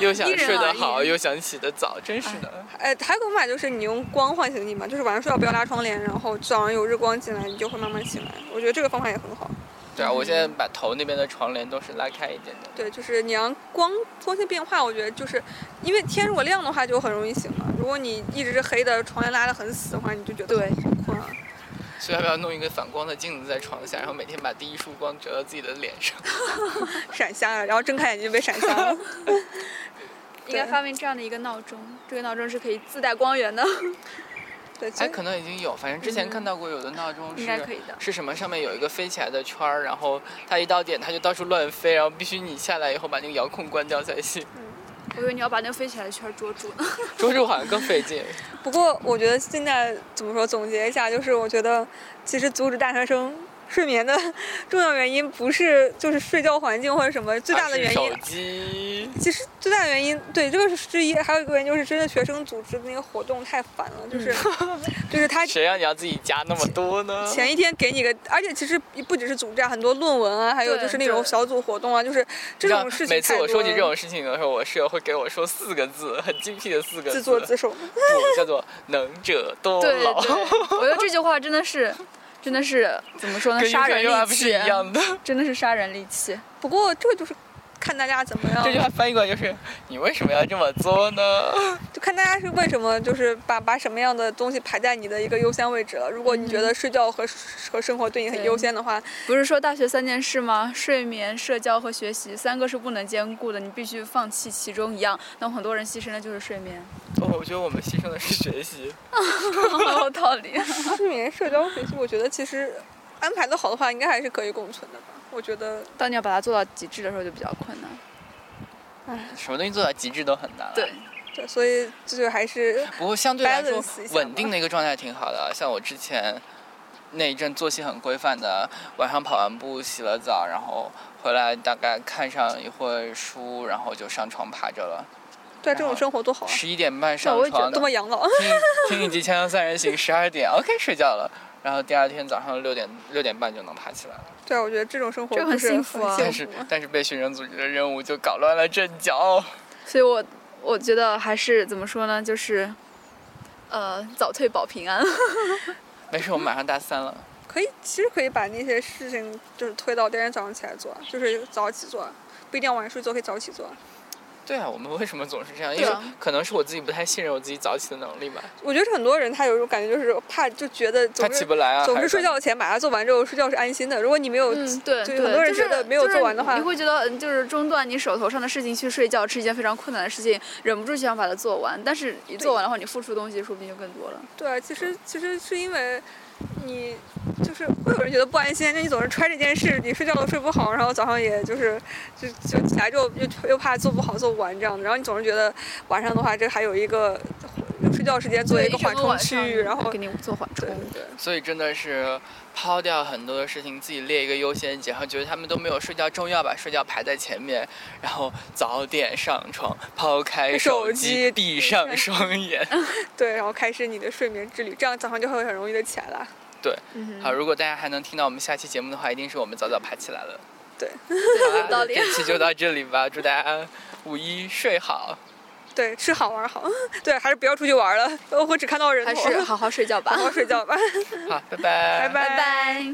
S1: 又想
S3: 因
S2: 啊
S3: 人
S1: 睡
S3: 而
S1: 得
S3: 异
S1: 好，又想起得早，真是的。
S2: 呃，还有个方法就是你用光唤醒你嘛，就是晚上睡觉不要拉窗帘，然然后早上有日光进来，你就会慢慢醒来。我觉得这个方法也很好。
S1: 对啊，
S2: 嗯
S1: 我现在把头那边的床帘都是拉开一点的。
S2: 对，就是你让光光线变化，我觉得就是因为天如果亮的话就很容易醒嘛。如果你一直是黑的，床帘拉得很死的话，你就觉得
S3: 对
S2: 很困啊。
S1: 所以要不要弄一个反光的镜子在床下，然后每天把第一束光折到自己的脸上？
S2: 闪瞎了，然后睁开眼睛就被闪 瞎了。
S3: 应该
S2: 对
S3: 发明这样的一个闹钟，这个闹钟是可以自带光源的，
S2: 对，其
S1: 哎，
S2: 实
S1: 可能已经有，反正之前看到过有的闹钟
S3: 应
S1: 是
S3: 该可以的。
S1: 是什么？上面有一个飞起来的圈儿，然后它一到点它就到处乱飞，然后必须你下来以后把那个遥控关掉才 行。
S3: 我以为你要把那个飞起来的圈捉住呢。
S1: 捉住好像更费劲。
S2: 不过我觉得现在怎么说，总结一下，就是我觉得其实阻止大学生。睡眠的 重要原因不是就是睡觉环境或者什么，最大的
S1: 啊还是
S2: 原
S1: 手
S2: 因
S1: 机。
S2: 其实最大的原因，对这个是之一，还有一个原因就是真的学生组织的那个活动太烦了，就是、
S1: 嗯
S2: 就是他
S1: 谁让你要自己加那么多呢？
S2: 前一天给你个，而且其实不只是组织啊，很多论文啊，还有
S3: 对
S2: 就是那种
S3: 对
S2: 小组活动啊， 就是这
S1: 你知道
S2: 种事情
S1: 每次
S2: 太
S1: 我说起
S2: 多
S1: 这种事情的时候，我室友会给我说四个字，很精辟的四个字，
S2: 自作自受，
S1: 不叫做“能者多
S3: 对对，
S1: 劳
S3: 我觉得这句话真的是，真的是怎么”，说呢？
S1: 跟
S3: 杀
S1: 用
S3: 人
S2: 啊
S1: 用 app
S3: 利
S1: 是
S2: 嗯
S3: 器
S1: 一，样的。
S3: 真的是杀人利器。
S2: 不过这个就是看大家怎么样，
S1: 这句话翻译过来就是：你为什么要这么做呢？
S2: 就看大家是为什么，就是把把什么样的东西排在你的一个优先位置了。如果你觉
S1: 嗯
S2: 得睡觉和、和生活对你很
S3: 对
S2: 优先的话，
S3: 不是说大学三件事吗？睡眠、社交和学习三个是不能兼顾的，你必须放弃其中一样。那很多人牺牲的就是睡眠，
S1: 哦，我觉得我们牺牲的是学习。
S3: 有道理。
S2: 睡眠、社交、学习，我觉得其实安排的好的话，应该还是可以共存的吧。我觉得
S3: 当你要把它做到极致的时候，就比较困难。
S1: 什么东西做到极致都很难、啊。。
S2: 对，所以这就还是
S1: 不过相对来说
S2: balance 一下，吧
S1: 稳定的一个状态挺好的。啊像我之前那一阵作息很规范的，晚上跑完步、洗了澡，然后回来大概看上一会儿书，然后就上床趴着了。
S2: 对这种生活多好啊，
S1: 十一点半上
S3: 那我也
S1: 床
S3: 觉，得
S2: 多么养老。
S1: 听听一集《锵锵三人行》，十二点 OK 睡觉了。然后第二天早上六点六点半就能爬起来了，
S2: 对啊，我觉得这种生活
S3: 这
S2: 就
S3: 很
S2: 是
S3: 幸福啊
S2: 很
S1: 但
S2: 幸
S1: 是
S2: 福啊
S1: 但是被寻人组织的任务就搞乱了阵脚。
S3: 所以我我觉得还是怎么说呢，就是，呃，早退保平安。
S1: 没事，我们马上大三了，
S2: 可以，其实可以把那些事情就是推到第二天早上起来做，就是早起做，不一定要晚上睡做，可以早起做。
S1: 对啊，我们为什么总是这样？因
S3: 对
S1: 为
S3: 啊
S1: 可能是我自己不太信任我自己早起的能力吧，
S2: 我觉得是很多人他有一种感觉，就是怕就觉得
S1: 他
S2: 总
S1: 起
S2: 是
S1: 不来啊。
S2: 总
S1: 还
S2: 是
S1: 是
S2: 睡觉前把它做完之后睡觉是安心的。如果你没有，
S3: 嗯，对
S2: 就
S3: 对，
S2: 是很多人
S3: 就
S2: 觉
S3: 是
S2: 得没有
S3: 就是
S2: 做完的话
S3: 你会觉得嗯就是中断你手头上的事情去睡觉是一件非常困难的事情，忍不住就想把它做完。但是一做完的话，你付出的东西说不定就更多了。
S2: 对啊，其实其实是因为你就是会有人觉得不安心，那你总是揣这件事，你睡觉都睡不好，然后早上也就是就就起来之后又又怕做不好做不完这样的，然后你总是觉得晚上的话这还有一个睡觉时间作为一个
S3: 整
S2: 缓冲
S3: 晚
S2: 区
S3: 上
S2: 域，然后
S3: 给
S2: 对
S3: 你做缓冲
S2: 对。对。
S1: 所以真的是抛掉很多的事情，自己列一个优先级，然后觉得他们都没有睡觉重要，把睡觉排在前面，然后早点上床，抛开手
S2: 手机
S1: 闭上双眼。
S2: 嗯对，然后开始你的睡眠之旅，这样早上就会很容易的起来了。
S3: 嗯
S1: 好，如果大家还能听到我们下期节目的话，一定是我们早早爬起来了。
S2: 对，
S1: 好啦
S3: 有道理
S1: 这期就到这里吧，祝大家五一睡好，
S2: 对，吃好玩好， 对，还是不要出去玩了，我只看到人
S3: 还
S2: 头，
S3: 是好好睡觉吧
S2: 好。好睡觉吧，
S1: 好，拜
S2: 拜
S1: 拜
S2: 拜
S3: 拜拜。